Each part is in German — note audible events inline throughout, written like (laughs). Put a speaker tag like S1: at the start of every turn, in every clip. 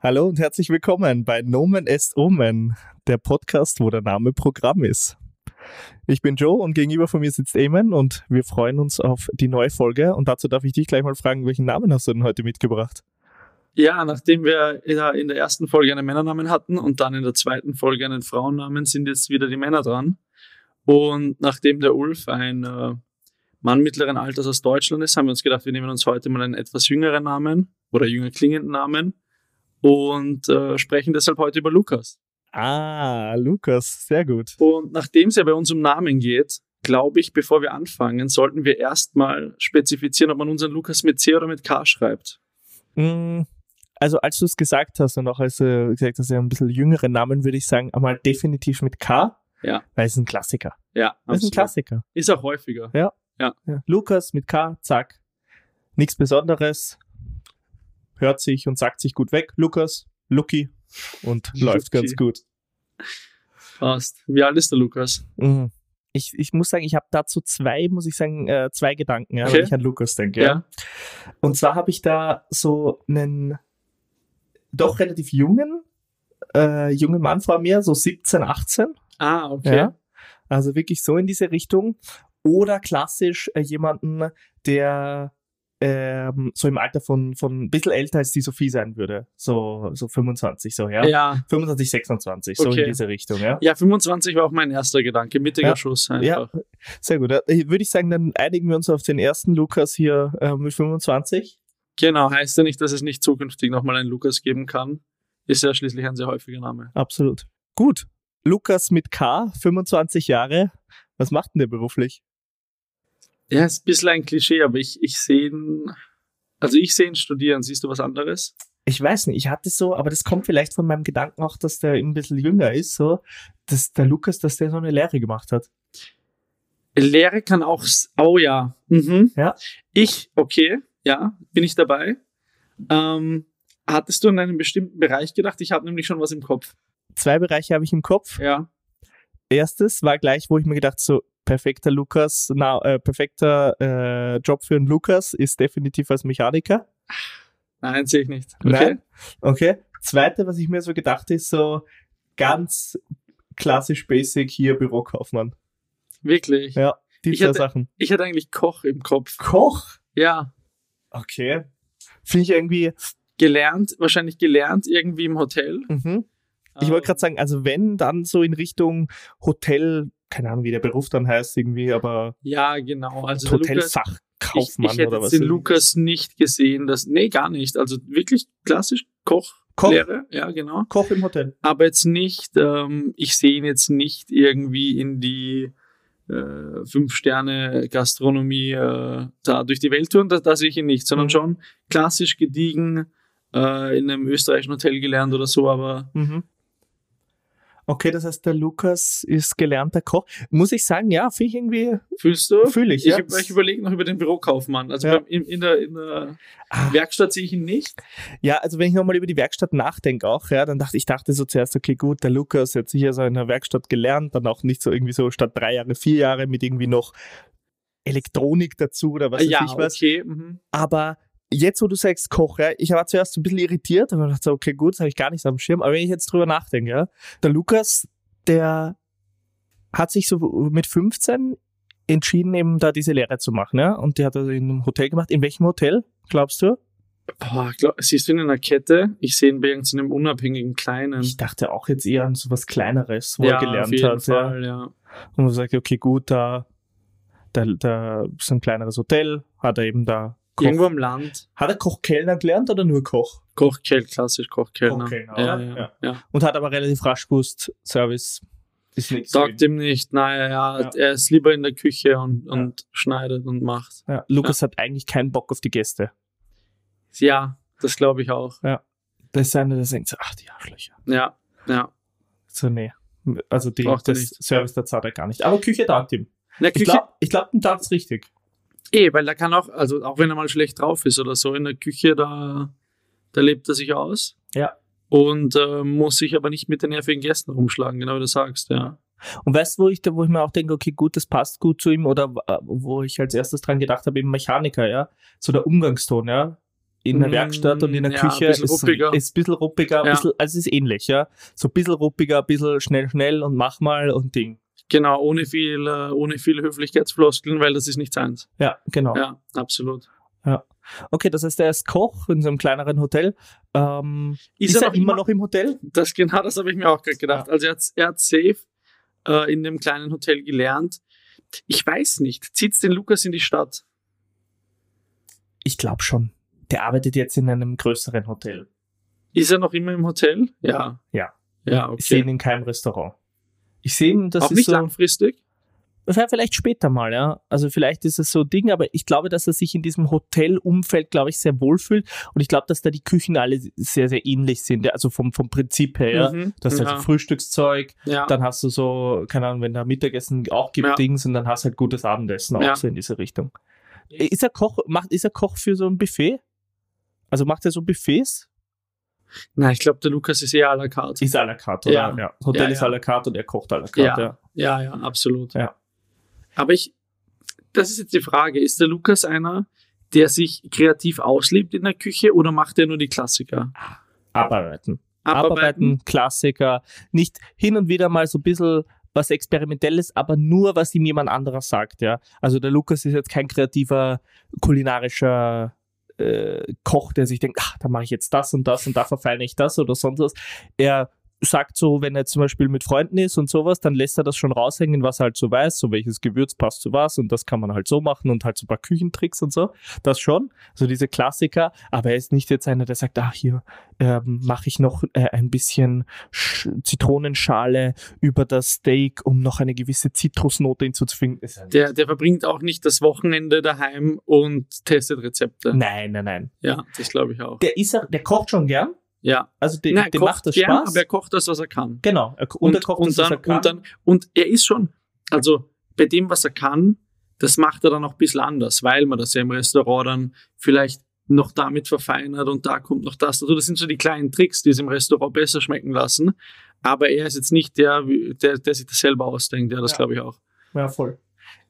S1: Hallo und herzlich willkommen bei Nomen est Omen, der Podcast, wo der Name Programm ist. Ich bin Joe und gegenüber von mir sitzt Eamon und wir freuen uns auf die neue Folge. Und dazu darf ich dich gleich mal fragen, welchen Namen hast du denn heute mitgebracht?
S2: Ja, nachdem wir in der ersten Folge einen Männernamen hatten und dann in der zweiten Folge einen Frauennamen, sind jetzt wieder die Männer dran. Und nachdem der Ulf ein äh, Mann mittleren Alters aus Deutschland ist, haben wir uns gedacht, wir nehmen uns heute mal einen etwas jüngeren Namen oder jünger klingenden Namen und äh, sprechen deshalb heute über Lukas.
S1: Ah, Lukas, sehr gut.
S2: Und nachdem es ja bei uns um Namen geht, glaube ich, bevor wir anfangen, sollten wir erstmal spezifizieren, ob man unseren Lukas mit C oder mit K schreibt.
S1: Mm, Also als du es gesagt hast und auch als du gesagt hast, ja, ein bisschen jüngere Namen würde ich sagen, einmal definitiv mit K.
S2: Ja.
S1: Weil es ist ein Klassiker. Es
S2: Ja,
S1: ist ein
S2: absolut.
S1: Klassiker.
S2: Ist auch häufiger.
S1: Ja. Lukas mit K, zack. Nichts Besonderes. Hört sich und sagt sich gut weg. Lukas, Lucky (laughs) und läuft
S2: Lucky.
S1: ganz gut.
S2: Passt. Wie alt ist der Lukas?
S1: Mhm. Ich, ich muss sagen, ich habe dazu zwei, muss ich sagen, äh, zwei Gedanken, ja,
S2: Okay.
S1: wenn ich an Lukas denke. Ja. Und zwar habe ich da so einen doch relativ jungen, äh, jungen Mann vor mir, so 17, 18.
S2: Ah, okay.
S1: Ja. Also wirklich so in diese Richtung. Oder klassisch äh, jemanden, der ähm, so im Alter von, von ein bisschen älter als die Sophie sein würde. So, so 25, so, ja.
S2: Ja.
S1: 25, 26, so
S2: Okay.
S1: in diese Richtung, ja.
S2: Ja, 25 war auch mein erster Gedanke. Mittiger
S1: Ja.
S2: Schuss
S1: Ja.
S2: einfach.
S1: Sehr gut. Äh, Würde ich sagen, dann einigen wir uns auf den ersten Lukas hier äh, mit 25.
S2: Genau, heißt ja nicht, dass es nicht zukünftig nochmal einen Lukas geben kann. Ist ja schließlich ein sehr häufiger Name.
S1: Absolut. Gut. Lukas mit K, 25 Jahre. Was macht denn der beruflich?
S2: Ja, ist ein bisschen ein Klischee, aber ich, ich sehe ihn, also ich sehe ihn studieren. Siehst du was anderes?
S1: ich weiß nicht, ich hatte so, aber das kommt vielleicht von meinem Gedanken auch, dass der ein bisschen jünger ist, so, dass der Lukas, dass der so eine Lehre gemacht hat.
S2: Lehre kann auch, s- oh ja, mhm.
S1: Ja.
S2: Ich, okay, ja, bin ich dabei. Ähm, hattest du in einem bestimmten Bereich gedacht? Ich habe nämlich schon was im Kopf.
S1: Zwei Bereiche habe ich im Kopf.
S2: Ja,
S1: Erstes war gleich, wo ich mir gedacht so, perfekter Lukas, na, äh, perfekter äh, Job für einen Lukas ist definitiv als Mechaniker.
S2: nein, sehe ich nicht. Okay.
S1: Nein. Okay. Zweite, was ich mir so gedacht ist, so ganz klassisch basic hier Bürokaufmann.
S2: Wirklich.
S1: Ja. Die
S2: Ich
S1: zwei
S2: hätte-
S1: Sachen.
S2: Ich hatte eigentlich Koch im Kopf.
S1: Koch?
S2: Ja,
S1: Okay. Finde ich irgendwie,
S2: gelernt, wahrscheinlich gelernt irgendwie im Hotel.
S1: mhm. Ich wollte gerade sagen, also wenn, dann so in Richtung Hotel, keine Ahnung, wie der Beruf dann heißt irgendwie, aber
S2: Ja, genau. Also der Lukas, ich,
S1: Hotelfachkaufmann
S2: ich hätte
S1: oder was.
S2: jetzt den Lukas nicht gesehen. Das, nee, gar nicht. Also wirklich klassisch Koch.
S1: Koch.
S2: Lehre, ja, genau.
S1: Koch im Hotel.
S2: Aber jetzt nicht, ähm, ich sehe ihn jetzt nicht irgendwie in die äh, Fünf-Sterne-Gastronomie äh, da durch die Welt touren, da, da sehe ich ihn nicht, sondern
S1: Mhm.
S2: schon klassisch gediegen äh, in einem österreichischen Hotel gelernt oder so, aber
S1: Mhm. Okay, das heißt, der Lukas ist gelernter Koch. Muss ich sagen, ja, finde ich irgendwie,
S2: fühlst du?
S1: fühle ich,
S2: Ich,
S1: ja.
S2: ich überlege noch über den Bürokaufmann. Also
S1: Ja.
S2: beim, in, in der, in der
S1: Ah.
S2: Werkstatt sehe ich ihn nicht.
S1: Ja, also wenn ich nochmal über die Werkstatt nachdenke auch, ja, dann dachte ich, dachte so zuerst, okay, gut, der Lukas hat sicher so in der Werkstatt gelernt, dann auch nicht so irgendwie so statt drei Jahre, vier Jahre mit irgendwie noch Elektronik dazu oder was weiß
S2: ja,
S1: ich was.
S2: okay. Mhm.
S1: Aber jetzt, wo du sagst Koch, ja, ich war zuerst so ein bisschen irritiert, aber dachte so, okay, gut, das habe ich gar nicht so am Schirm. Aber wenn ich jetzt drüber nachdenke, ja, der Lukas, der hat sich so mit 15 entschieden, eben da diese Lehre zu machen, ja. Und die hat er in einem Hotel gemacht. In welchem Hotel, glaubst du?
S2: Boah, glaub, siehst du ihn in einer Kette? Ich sehe ihn bei irgendeinem unabhängigen Kleinen.
S1: Ich dachte auch jetzt eher an so was Kleineres, wo er
S2: Ähm. auf
S1: gelernt
S2: jeden
S1: hat. Ja.
S2: Fall, ja.
S1: Und man sagt, okay, gut, da, da, da ist ein kleineres Hotel, hat er eben da Koch.
S2: Irgendwo am Land.
S1: Hat er Kochkellner gelernt oder nur Koch?
S2: Kochkell, klassisch Kochkellner.
S1: Kochkellner,
S2: ja,
S1: oder?
S2: ja,
S1: Ja.
S2: ja.
S1: und hat aber relativ rasch gewusst, Service ist nichts. für ihn.
S2: Sagt ihm nicht, naja, ja,
S1: Ja.
S2: er ist lieber in der Küche und, und schneidet und macht.
S1: Ja, Lukas hat eigentlich keinen Bock auf die Gäste.
S2: Ja, das glaube ich auch.
S1: Das ist einer, der denkt so, ach, die Arschlöcher.
S2: Ja, ja.
S1: So, nee. Also die,
S2: Braucht er
S1: das
S2: nicht.
S1: Service, das hat er gar nicht. Aber Küche dankt ihm.
S2: In der
S1: Ich
S2: Küche,
S1: glaube, ich glaub, dem dankt es richtig.
S2: eh, weil da kann auch, also auch wenn er mal schlecht drauf ist oder so, in der Küche, da, da lebt er sich aus.
S1: Ja.
S2: Und äh, muss sich aber nicht mit den nervigen Gästen rumschlagen, genau wie du sagst, ja.
S1: Und weißt du, wo ich, da- wo ich mir auch denke, okay, gut, das passt gut zu ihm oder äh, wo ich als erstes dran gedacht habe, eben Mechaniker, ja. So der Umgangston, ja. in der Werkstatt und in der
S2: Mm, Ja, ein
S1: Küche
S2: bisschen
S1: ist,
S2: ruppiger.
S1: ist ein bisschen ruppiger, ein
S2: Ja.
S1: bisschen, also es ist ähnlich, ja. So ein bisschen ruppiger, ein bisschen schnell, schnell und mach mal und Ding.
S2: Genau, ohne viel, äh, ohne viel Höflichkeitsfloskeln, weil das ist nicht seins.
S1: Ja, genau.
S2: Ja, absolut.
S1: Okay, das heißt, er ist Koch in so einem kleineren Hotel. Ähm, ist, er,
S2: auch
S1: immer noch im Hotel?
S2: Das, genau das habe ich mir auch gerade gedacht. Also er hat, er hat safe äh, in dem kleinen Hotel gelernt. Ich weiß nicht, zieht's den Lukas in die Stadt?
S1: Ich glaube schon. Der arbeitet jetzt in einem größeren Hotel.
S2: Ist er noch immer im Hotel? Ja.
S1: Ja.
S2: Ja,
S1: Ich sehe
S2: okay.
S1: ihn in keinem Restaurant. Ich sehe ihn, das
S2: auch
S1: ist
S2: nicht
S1: so,
S2: langfristig?
S1: Das war vielleicht später mal, ja. Also vielleicht ist es so ein Ding, aber ich glaube, dass er sich in diesem Hotelumfeld, glaube ich, sehr wohlfühlt. Und ich glaube, dass da die Küchen alle sehr, sehr ähnlich sind. ja. Also vom, vom Prinzip her, ja.
S2: Mhm.
S1: Das ist
S2: ja.
S1: also Frühstückszeug,
S2: ja.
S1: dann hast du so, keine Ahnung, wenn da Mittagessen auch gibt,
S2: Ja.
S1: Dings, und dann hast du halt gutes Abendessen auch
S2: Ja.
S1: so in diese Richtung. Ist er Koch, macht, ist er Koch für so ein Buffet? Also macht er so Buffets?
S2: Nein, ich glaube, der Lukas ist eher à la carte.
S1: Ist à la carte, oder?
S2: Ja.
S1: Ja. Hotel
S2: Ja,
S1: ist
S2: ja.
S1: à la carte und er kocht à la carte. Ja.
S2: Ja, ja, absolut.
S1: Ja.
S2: Aber ich, das ist jetzt die Frage, ist der Lukas einer, der sich kreativ auslebt in der Küche oder macht er nur die Klassiker?
S1: Abarbeiten. abarbeiten, Klassiker, nicht hin und wieder mal so ein bisschen was Experimentelles, aber nur, was ihm jemand anderer sagt, ja. Also der Lukas ist jetzt kein kreativer, kulinarischer äh, Koch, der sich denkt, ach, da mache ich jetzt das und das und da verfeine ich das oder sonst was. Er sagt so, wenn er zum Beispiel mit Freunden ist und sowas, dann lässt er das schon raushängen, was er halt so weiß, so welches Gewürz passt zu was und das kann man halt so machen und halt so ein paar Küchentricks und so. Das schon, so diese Klassiker, aber er ist nicht jetzt einer, der sagt, ach hier, ähm, mache ich noch äh, ein bisschen Sch Zitronenschale über das Steak, um noch eine gewisse Zitrusnote hinzuzufügen. Ist er nicht.
S2: Der, der verbringt auch nicht das Wochenende daheim und testet Rezepte.
S1: nein, nein, nein.
S2: Ja, das glaube ich auch.
S1: Der, ist er, der kocht schon gern,
S2: Ja,
S1: also dem,
S2: Nein, er
S1: dem
S2: kocht
S1: macht das
S2: gern,
S1: Spaß.
S2: aber er kocht das, was er kann.
S1: genau, er, und, er kocht das,
S2: und,
S1: was
S2: dann,
S1: er kann.
S2: und dann und er ist schon, also bei dem, was er kann, das macht er dann auch ein bisschen anders, weil man das ja im Restaurant dann vielleicht noch damit verfeinert und da kommt noch das dazu. Das sind so die kleinen Tricks, die es im Restaurant besser schmecken lassen. Aber er ist jetzt nicht der, der, der sich das selber ausdenkt. Ja, das
S1: Ja.
S2: glaube ich auch.
S1: ja, voll.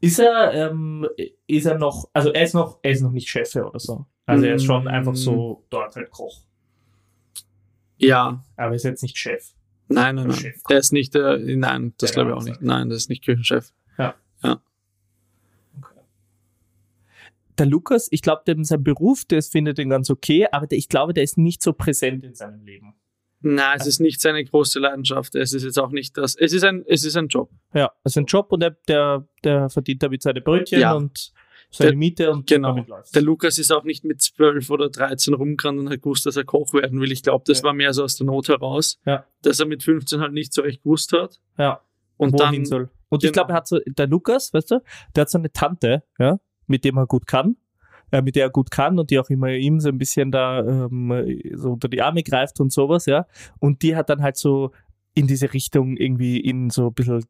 S1: Ist er, ähm, ist er noch, also er ist noch, er ist noch nicht Chef oder so. Also er ist schon
S2: Mm.
S1: einfach so dort halt Koch.
S2: Ja,
S1: Aber er ist jetzt nicht Chef.
S2: nein, nein, nein.
S1: Chef.
S2: Er ist nicht der, nein, das
S1: Der
S2: glaube ich
S1: Rahmen
S2: auch nicht.
S1: sagt.
S2: Nein, das ist nicht Küchenchef.
S1: Der Lukas, ich glaube, dem sein Beruf, der findet den ganz okay, aber der, ich glaube, der ist nicht so präsent in seinem Leben.
S2: Nein, es ist nicht seine große Leidenschaft. Es ist jetzt auch nicht das. Es ist ein, es ist ein Job.
S1: Ja, das ist ein Job und der, der, der verdient damit seine Brötchen
S2: Ja.
S1: und seine
S2: Der-
S1: Miete und
S2: genau.
S1: damit läuft's.
S2: Der Lukas ist auch nicht mit 12 oder 13 rumgerannt und hat gewusst, dass er Koch werden will. Ich glaube, das
S1: Ja.
S2: war mehr so aus der Not heraus,
S1: Ja.
S2: dass er mit 15 halt nicht so recht gewusst hat.
S1: Ja.
S2: Und
S1: Wohin
S2: dann,
S1: soll. Und ich
S2: genau.
S1: glaube, er hat so, der Lukas, weißt du, der hat so eine Tante, ja, mit dem er gut kann, äh, mit der er gut kann und die auch immer ihm so ein bisschen da ähm, so unter die Arme greift und sowas, ja. Und die hat dann halt so in diese Richtung irgendwie ihn so ein bisschen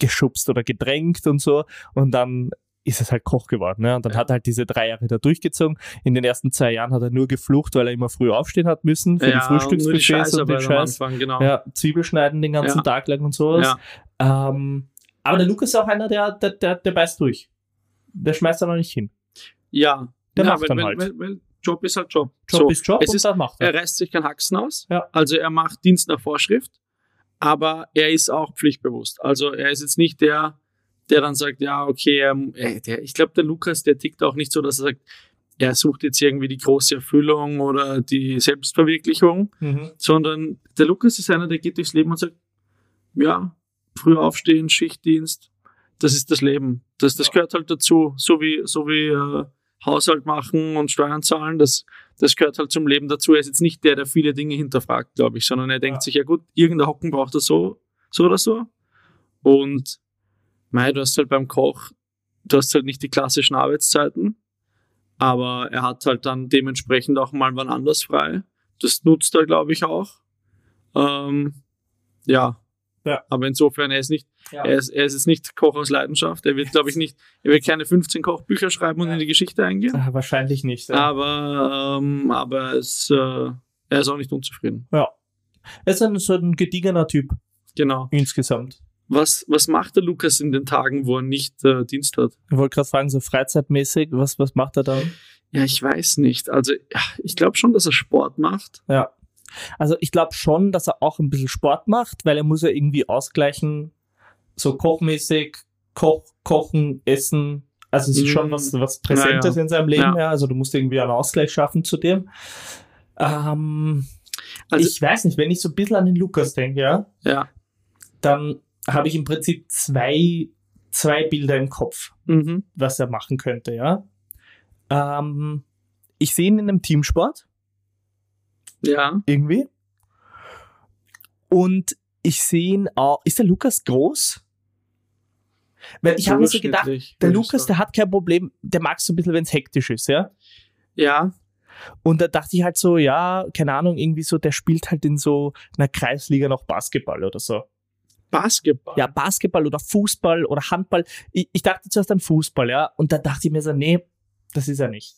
S1: geschubst oder gedrängt und so. Und dann ist es halt Koch geworden. Ne? Und dann
S2: Ja.
S1: hat er halt diese drei Jahre da durchgezogen. In den ersten zwei Jahren hat er nur geflucht, weil er immer früh aufstehen hat müssen für
S2: ja,
S1: die
S2: nur die
S1: Frühstücksbuffets und den
S2: Scheißarbeit am
S1: Scheiß.
S2: Anfang, genau.
S1: Ja, Zwiebel schneiden den ganzen
S2: Ja.
S1: Tag lang und sowas.
S2: Ja.
S1: Ähm, aber der Lukas ist auch einer, der, der, der, der beißt durch. Der schmeißt da noch nicht hin.
S2: ja.
S1: Der
S2: ja,
S1: macht
S2: weil,
S1: dann
S2: weil,
S1: halt.
S2: Weil, weil Job ist halt Job.
S1: Job
S2: so.
S1: ist Job
S2: es
S1: und
S2: ist-
S1: das macht er.
S2: Er reißt sich kein Haxen aus.
S1: Ja.
S2: Also er macht Dienst nach Vorschrift, aber er ist auch pflichtbewusst. Also er ist jetzt nicht der, der dann sagt, ja, okay, ähm, äh, der, ich glaube, der Lukas, der tickt auch nicht so, dass er sagt, er sucht jetzt irgendwie die große Erfüllung oder die Selbstverwirklichung,
S1: Mhm.
S2: sondern der Lukas ist einer, der geht durchs Leben und sagt, ja, früh aufstehen, Schichtdienst, das ist das Leben. Das, das
S1: Ja.
S2: gehört halt dazu, so wie, so wie äh, Haushalt machen und Steuern zahlen, das, das gehört halt zum Leben dazu. Er ist jetzt nicht der, der viele Dinge hinterfragt, glaube ich, sondern er denkt sich, ja gut, irgendein Hocken braucht er so, so oder so. Und mei, du hast halt beim Koch, du hast halt nicht die klassischen Arbeitszeiten, aber er hat halt dann dementsprechend auch mal wann anders frei. Das nutzt er, glaube ich, auch. Ähm, ja.
S1: Ja.
S2: Aber insofern, er ist nicht,
S1: Ja.
S2: er ist, er ist jetzt nicht Koch aus Leidenschaft. Er wird, glaube ich, nicht, er wird keine 15 Kochbücher schreiben und
S1: Ja.
S2: in die Geschichte eingehen.
S1: Ah, wahrscheinlich nicht. Ja.
S2: Aber, ähm, aber es, äh, er ist auch nicht unzufrieden.
S1: Er ist ein, so ein gediegener Typ
S2: Genau.
S1: insgesamt.
S2: Was, was macht der Lukas in den Tagen, wo er nicht äh, Dienst hat?
S1: Ich wollte gerade fragen, so freizeitmäßig, was, was macht er da?
S2: Ja, ich weiß nicht. Also, ja, ich glaube schon, dass er Sport macht.
S1: Ja. Also ich glaube schon, dass er auch ein bisschen Sport macht, weil er muss ja irgendwie ausgleichen, so kochmäßig, Koch, Kochen, Essen. Also es ist
S2: Mhm.
S1: schon was, was Präsentes in seinem Leben, ja. Also du musst irgendwie einen Ausgleich schaffen zu dem. Ähm,
S2: Also,
S1: ich weiß nicht, wenn ich so ein bisschen an den Lukas denke, ja,
S2: ja.
S1: dann habe ich im Prinzip zwei, zwei Bilder im Kopf,
S2: Mhm.
S1: was er machen könnte, ja. Ähm, ich sehe ihn in einem Teamsport.
S2: Ja.
S1: irgendwie. Und ich sehe ihn auch. Ist der Lukas groß? Weil ich habe mir so gedacht,
S2: Durchschnittlich,
S1: der
S2: würde ich
S1: Lukas,
S2: sagen.
S1: der hat kein Problem, der mag so ein bisschen, wenn es hektisch ist, ja.
S2: Ja,
S1: Und da dachte ich halt so, ja, keine Ahnung, irgendwie so, der spielt halt in so einer Kreisliga noch Basketball oder so.
S2: Basketball.
S1: Ja, Basketball oder Fußball oder Handball. Ich, ich dachte zuerst an Fußball, ja. Und da dachte ich mir so, nee, das ist er nicht.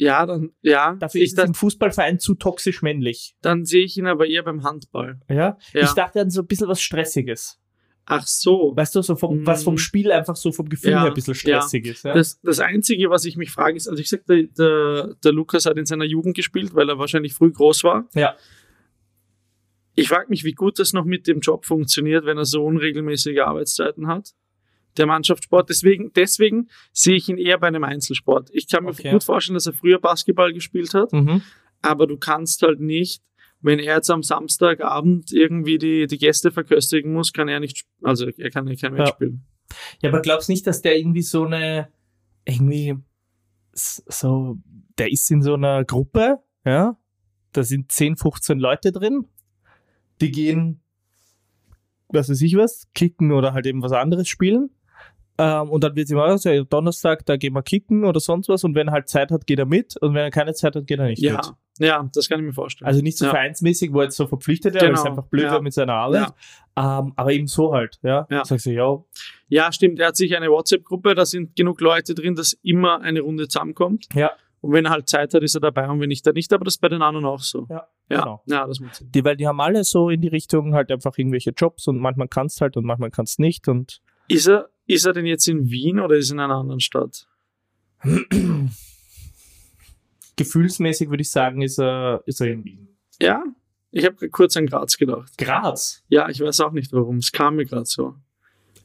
S2: Ja, dann, ja.
S1: Dafür
S2: Ich,
S1: ist es
S2: dann,
S1: im Fußballverein zu toxisch männlich.
S2: dann sehe ich ihn aber eher beim Handball.
S1: Ja?
S2: Ja.
S1: Ich dachte an so ein bisschen was Stressiges.
S2: Ach so.
S1: Weißt du, so vom,
S2: Mm.
S1: was vom Spiel einfach so vom Gefühl
S2: Ja,
S1: her ein bisschen stressig ist. Ja?
S2: Das, das Einzige, was ich mich frage, ist, also ich sag, der, der, der Lukas hat in seiner Jugend gespielt, weil er wahrscheinlich früh groß war.
S1: Ja.
S2: Ich frage mich, wie gut das noch mit dem Job funktioniert, wenn er so unregelmäßige Arbeitszeiten hat. Der Mannschaftssport. Deswegen, deswegen sehe ich ihn eher bei einem Einzelsport. Ich kann mir
S1: Okay.
S2: gut vorstellen, dass er früher Basketball gespielt hat,
S1: Mhm.
S2: aber du kannst halt nicht, wenn er jetzt am Samstagabend irgendwie die, die Gäste verköstigen muss, kann er nicht, sp- also er kann ja kein Match
S1: Ja.
S2: spielen.
S1: ja, aber glaubst nicht, dass der irgendwie so eine, irgendwie, s- so, der ist in so einer Gruppe, ja, da sind 10, 15 Leute drin, die gehen, was weiß ich was, kicken oder halt eben was anderes spielen. Ähm, und dann wird immer gesagt, ja, Donnerstag, da gehen wir kicken oder sonst was. Und wenn er halt Zeit hat, geht er mit. Und wenn er keine Zeit hat, geht er nicht mit.
S2: Ja, ja, das kann ich mir vorstellen.
S1: Also nicht so
S2: Ja.
S1: vereinsmäßig, wo er jetzt so verpflichtet wäre,
S2: Genau,
S1: weil es einfach blöd
S2: ja.
S1: war mit seiner Arbeit. Ähm, aber eben so halt, ja.
S2: Ja.
S1: Sagst du, ja,
S2: Ja, stimmt. Er hat sich eine WhatsApp-Gruppe, da sind genug Leute drin, dass immer eine Runde zusammenkommt.
S1: Ja.
S2: Und wenn er halt Zeit hat, ist er dabei und wenn nicht, dann nicht. Aber das ist bei den anderen auch so.
S1: Ja,
S2: ja.
S1: genau.
S2: ja das macht Sinn.
S1: die, weil die haben alle so in die Richtung halt einfach irgendwelche Jobs und manchmal kannst halt und manchmal kannst nicht und
S2: Ist er, ist er denn jetzt in Wien oder ist er in einer anderen Stadt?
S1: gefühlsmäßig würde ich sagen, ist er, ist er in Wien.
S2: Ja? Ich habe kurz an Graz gedacht.
S1: Graz.
S2: Ja, ich weiß auch nicht warum. Es kam mir gerade so.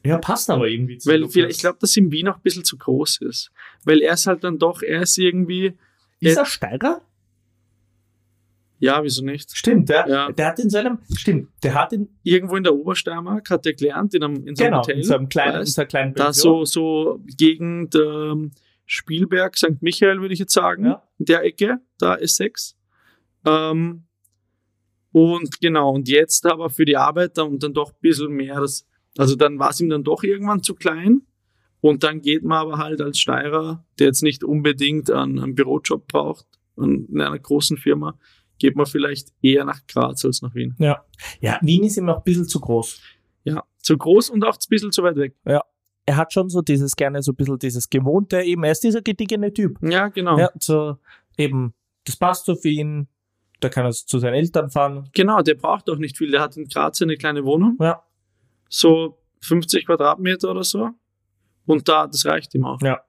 S1: Ja, passt aber irgendwie zu
S2: Weil
S1: Lukas.
S2: vielleicht, ich glaube, dass ihm Wien auch ein bisschen zu groß ist. Weil er ist halt dann doch, er ist irgendwie,
S1: Ist er Steirer?
S2: ja, wieso nicht?
S1: Stimmt, der,
S2: Ja.
S1: der hat in seinem, stimmt, der hat in,
S2: Irgendwo in der Obersteiermark hat er gelernt, in, einem, in so einem
S1: genau,
S2: Hotel.
S1: in seinem kleinen, in
S2: weißt?
S1: seiner kleinen
S2: da so, so Gegend ähm, Spielberg, St. Michael, würde ich jetzt sagen,
S1: Ja.
S2: in der Ecke, da ist sechs. Ähm, und genau, und jetzt aber für die Arbeit dann, dann doch ein bisschen mehr, das, also dann war es ihm dann doch irgendwann zu klein. Und dann geht man aber halt als Steirer, der jetzt nicht unbedingt einen, einen Bürojob braucht, an- in einer großen Firma, geht man vielleicht eher nach Graz als nach Wien.
S1: Ja, Wien ist ihm noch ein bisschen zu groß.
S2: Ja, zu groß und auch ein bisschen zu weit weg.
S1: Er hat schon so dieses gerne so ein bisschen dieses Gewohnte eben, er ist dieser gediegene Typ.
S2: Ja, genau.
S1: Ja, so eben, das passt so für ihn. Da kann er zu seinen Eltern fahren.
S2: Genau, der braucht doch nicht viel. Der hat in Graz eine kleine Wohnung,
S1: Ja,
S2: so 50 Quadratmeter oder so. Und da, das reicht ihm auch. (laughs)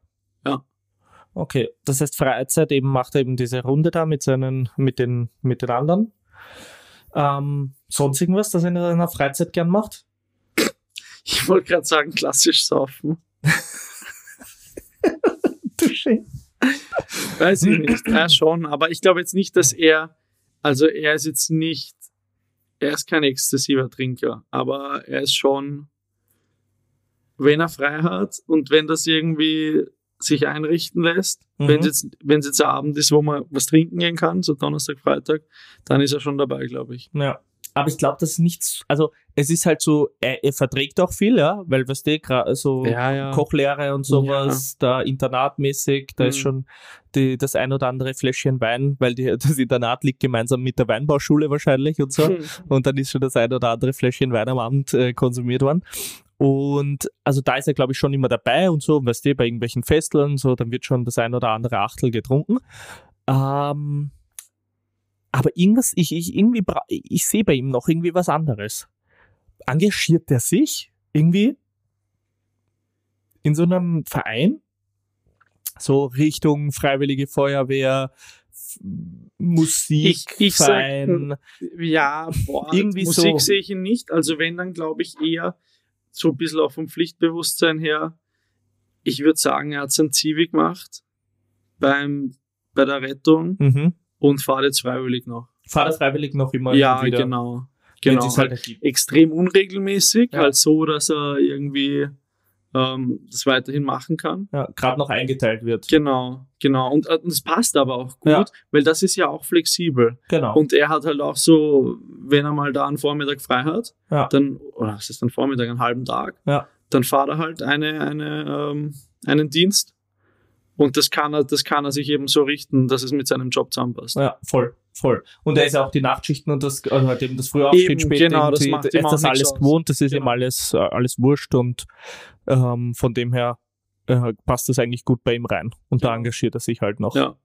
S1: Ja. okay. Das heißt, Freizeit eben macht er eben diese Runde da mit seinen, mit den, mit den anderen. Ähm, sonst irgendwas, das er in seiner Freizeit gern macht?
S2: Ich wollte gerade sagen, klassisch saufen. Weiß ich nicht. Ja, schon. Aber ich glaube jetzt nicht, dass er, also er ist jetzt nicht, er ist kein exzessiver Trinker, aber er ist schon, wenn er frei hat und wenn das irgendwie sich einrichten lässt,
S1: Mhm.
S2: wenn es jetzt, wenn's jetzt ein Abend ist, wo man was trinken gehen kann, so Donnerstag, Freitag, dann ist er schon dabei, glaube ich.
S1: Ja. Aber ich glaube, das ist nichts, also es ist halt so, er, er verträgt auch viel, ja, weil was der also
S2: Ja, ja.
S1: Kochlehre und sowas, da internatmäßig, da ist
S2: Mhm.
S1: schon die, das ein oder andere Fläschchen Wein, weil die, (laughs) das Internat liegt gemeinsam mit der Weinbauschule wahrscheinlich und so.
S2: Hm.
S1: Und dann ist schon das ein oder andere Fläschchen Wein am Abend äh, konsumiert worden. Und also da ist er, glaube ich, schon immer dabei und so, weißt du, bei irgendwelchen Festeln, so, dann wird schon das ein oder andere Achtel getrunken. Ähm, aber irgendwas, ich, ich irgendwie, bra- ich sehe bei ihm noch irgendwie was anderes. Engagiert er sich irgendwie in so einem Verein? So Richtung Freiwillige Feuerwehr, F- Musik,
S2: Ich- ich sag,
S1: Verein.
S2: Ja, boah,
S1: (laughs) Irgendwie
S2: Musik
S1: so.
S2: sehe ich ihn nicht. Also wenn, dann glaube ich eher so ein bisschen auch vom Pflichtbewusstsein her. Ich würde sagen, er hat sein Zivi gemacht beim, bei der Rettung
S1: Mhm.
S2: und fahrt jetzt freiwillig noch.
S1: Fahrt das freiwillig noch immer
S2: ja,
S1: wieder.
S2: genau.
S1: wenn
S2: Genau.
S1: sie's
S2: Halt
S1: Halt nicht gibt.
S2: extrem unregelmäßig,
S1: Ja.
S2: halt so, dass er irgendwie ähm, das weiterhin machen kann.
S1: ja, gerade eh noch eingeteilt wird.
S2: Genau, genau. Und äh, das passt aber auch gut,
S1: Ja.
S2: weil das ist ja auch flexibel.
S1: Genau.
S2: Und er hat halt auch so, wenn er mal da einen Vormittag frei hat,
S1: Ja.
S2: dann, oder was ist ein Vormittag, einen halben Tag,
S1: Ja.
S2: dann fährt er halt eine, eine, ähm, einen Dienst. Und das kann, er, das kann er sich eben so richten, dass es mit seinem Job zusammenpasst.
S1: ja, voll, voll. Und er ist ja auch die Nachtschichten und das, also halt eben das Frühaufstehen
S2: Eben,
S1: spät.
S2: genau, das
S1: irgendwie,
S2: macht
S1: er
S2: ihm
S1: ist
S2: auch
S1: das
S2: nichts
S1: alles
S2: aus.
S1: gewohnt, das ist ihm
S2: Genau.
S1: alles, äh, alles wurscht und ähm, von dem her äh, passt das eigentlich gut bei ihm rein. Und da
S2: Genau.
S1: engagiert er sich halt noch.
S2: Ja.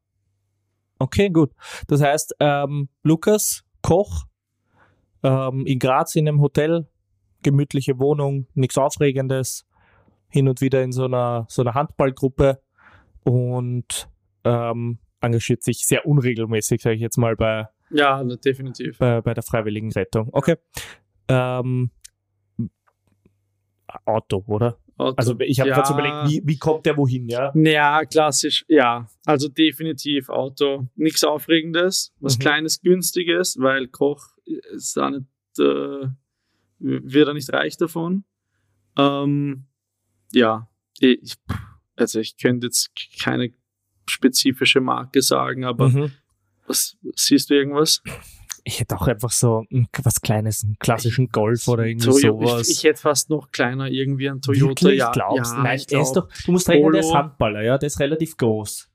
S1: Okay, gut. Das heißt, ähm, Lukas, Koch, ähm, in Graz in einem Hotel, gemütliche Wohnung, nichts Aufregendes, hin und wieder in so einer, so einer Handballgruppe und ähm, engagiert sich sehr unregelmäßig, sage ich jetzt mal, bei,
S2: Ja, na, definitiv.
S1: bei, bei der freiwilligen Rettung. Okay. Ähm, Auto, oder?
S2: Auto.
S1: Also ich habe
S2: ja.
S1: gerade so überlegt, wie, wie kommt der wohin, ja?
S2: Ja, klassisch, ja. Also definitiv Auto. Nichts Aufregendes, was
S1: Mhm.
S2: Kleines, Günstiges, weil Koch ist da nicht, äh, wird er nicht reich davon. Ähm, ja, ich, also ich könnte jetzt keine spezifische Marke sagen, aber
S1: Mhm.
S2: was, siehst du irgendwas?
S1: Ich hätte auch einfach so ein- was Kleines, einen klassischen Golf oder irgendwie
S2: Toyo-
S1: sowas.
S2: ich, ich hätte fast noch kleiner irgendwie ein Toyota.
S1: Wirklich?
S2: ja,
S1: glaubst
S2: ja,
S1: Nein,
S2: ich
S1: er ist
S2: glaub.
S1: doch, du musst rechnen, der ist
S2: Polo.
S1: Handballer, ja, der ist relativ groß.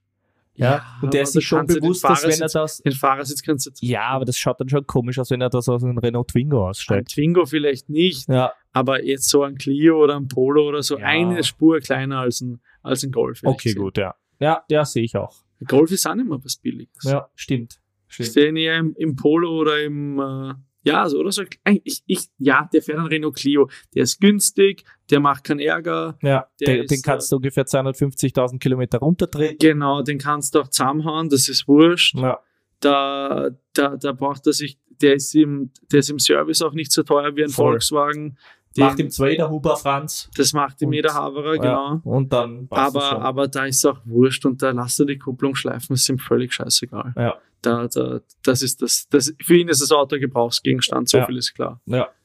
S1: Ja, und der
S2: aber
S1: ist sich
S2: du
S1: schon
S2: kannst ja den
S1: bewusst, dass wenn er
S2: Fahrersitz-
S1: das.
S2: Den Fahrersitz kannst du jetzt.
S1: Ja, aber das schaut dann schon komisch aus, wenn er das aus einem Renault Twingo
S2: Ein
S1: aussteigt.
S2: Twingo vielleicht nicht,
S1: Ja,
S2: Aber jetzt so ein Clio oder ein Polo oder so,
S1: Ja.
S2: eine Spur kleiner als ein, als ein Golf. hätte
S1: okay,
S2: ich
S1: gut, ja. Ja, der sehe ich auch.
S2: gesehen. Golf ist auch nicht mehr was Billiges.
S1: Ja, stimmt.
S2: Ich
S1: stimmt.
S2: sehe ihn eher im, im Polo oder im, äh, ja, so oder so. Ein- Ich, ich, ja, der fährt einen Renault Clio. Der ist günstig, der macht keinen Ärger.
S1: Ja,
S2: Der
S1: der,
S2: ist,
S1: den kannst du ungefähr 250.000 Kilometer runterdrehen.
S2: Genau, den kannst du auch zusammenhauen, das ist wurscht.
S1: Ja,
S2: Da, da, da braucht er sich, der ist, im, der ist im Service auch nicht so teuer wie ein
S1: Voll.
S2: Volkswagen. Den-
S1: macht ihm zwei der Huber Franz
S2: das macht ihm
S1: Und-
S2: jeder Haverer,
S1: Ja.
S2: genau.
S1: und dann passt es
S2: Aber,
S1: schon.
S2: aber da ist auch wurscht und da lasst er die Kupplung schleifen, ist ihm völlig scheißegal.
S1: Ja.
S2: Da, da, das ist das, das, für ihn ist das Auto Gebrauchsgegenstand, so
S1: Ja.
S2: viel ist klar.
S1: Also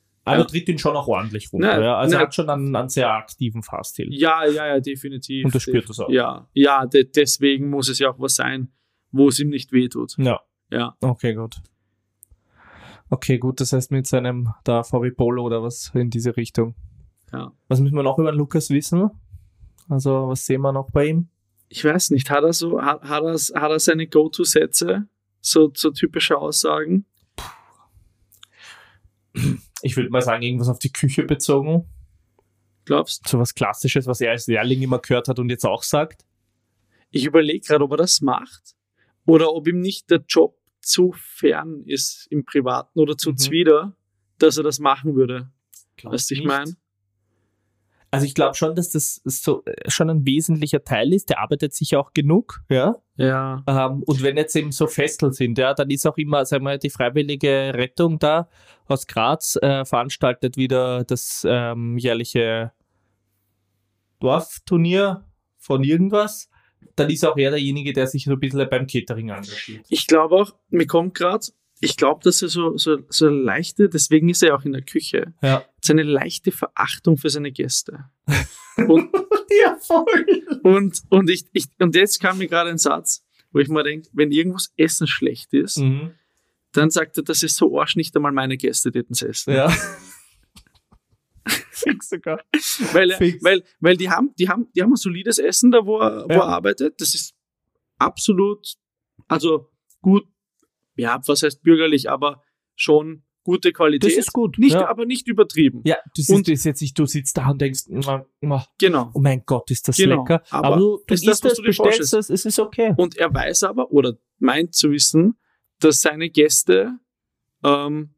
S2: ja.
S1: tritt ihn schon auch ordentlich runter.
S2: Na,
S1: ja. Also er
S2: na.
S1: hat schon einen, einen sehr aktiven Fahrstil.
S2: Ja, ja, ja, definitiv.
S1: Und das spürt
S2: Def-
S1: das auch.
S2: Ja, ja de deswegen muss es ja auch was sein, wo es ihm nicht wehtut.
S1: ja.
S2: Ja,
S1: Okay, gut. Okay, gut, das heißt mit seinem da VW Polo oder was in diese Richtung.
S2: ja.
S1: Was müssen wir noch über den Lukas wissen? Also, was sehen wir noch bei ihm?
S2: Ich weiß nicht, hat er so, hat, hat, er, hat er seine Go-To-Sätze, so, so typische Aussagen?
S1: Ich würde mal sagen, irgendwas auf die Küche bezogen.
S2: Glaubst
S1: So was Klassisches, was er als Lehrling immer gehört hat und jetzt auch sagt.
S2: Ich überlege gerade, ob er das macht oder ob ihm nicht der Job zu fern ist im Privaten oder zu
S1: Mhm.
S2: zwider, dass er das machen würde. Weißt du, ich
S1: Nicht.
S2: meine?
S1: Also, ich glaube schon, dass das so äh, schon ein wesentlicher Teil ist. Der arbeitet sich auch genug, ja.
S2: Ja.
S1: Ähm, und wenn jetzt eben so Festeln sind, ja, dann ist auch immer, sagen wir, die freiwillige Rettung da aus Graz äh, veranstaltet wieder das ähm, jährliche Dorfturnier von irgendwas. Dann ist auch er derjenige, der sich so ein bisschen beim Catering
S2: (laughs)
S1: engagiert.
S2: Ich glaube auch, mir kommt gerade, ich glaube, dass er so, so, so eine leichte, deswegen ist er ja auch in der Küche,
S1: Ja.
S2: seine leichte Verachtung für seine Gäste. und
S1: Ja, voll.
S2: und, und, ich, ich, und jetzt kam mir gerade ein Satz, wo ich mir denke, wenn irgendwas Essen schlecht ist,
S1: Mhm.
S2: dann sagt er, das ist so Arsch, nicht einmal meine Gäste täten es essen.
S1: Ja.
S2: (laughs)
S1: Fix sogar.
S2: Weil, er-
S1: Fix.
S2: weil, weil die, haben, die, haben, die haben ein solides Essen da, wo er, wo
S1: Ja.
S2: er arbeitet. Das ist absolut, also gut, ja, was heißt bürgerlich, aber schon gute Qualität.
S1: Das ist gut.
S2: Nicht,
S1: ja.
S2: aber nicht übertrieben.
S1: ja, du siehst
S2: Und-
S1: das jetzt nicht, du sitzt da und denkst, "Mua, mua,
S2: Genau.
S1: oh mein Gott, ist das
S2: Genau,
S1: lecker. Aber,
S2: aber
S1: du, du
S2: ist
S1: isst
S2: das,
S1: das,
S2: was du dir
S1: bestellst das,
S2: vorstellst?
S1: es ist okay.
S2: Und er weiß aber oder meint zu wissen, dass seine Gäste ähm,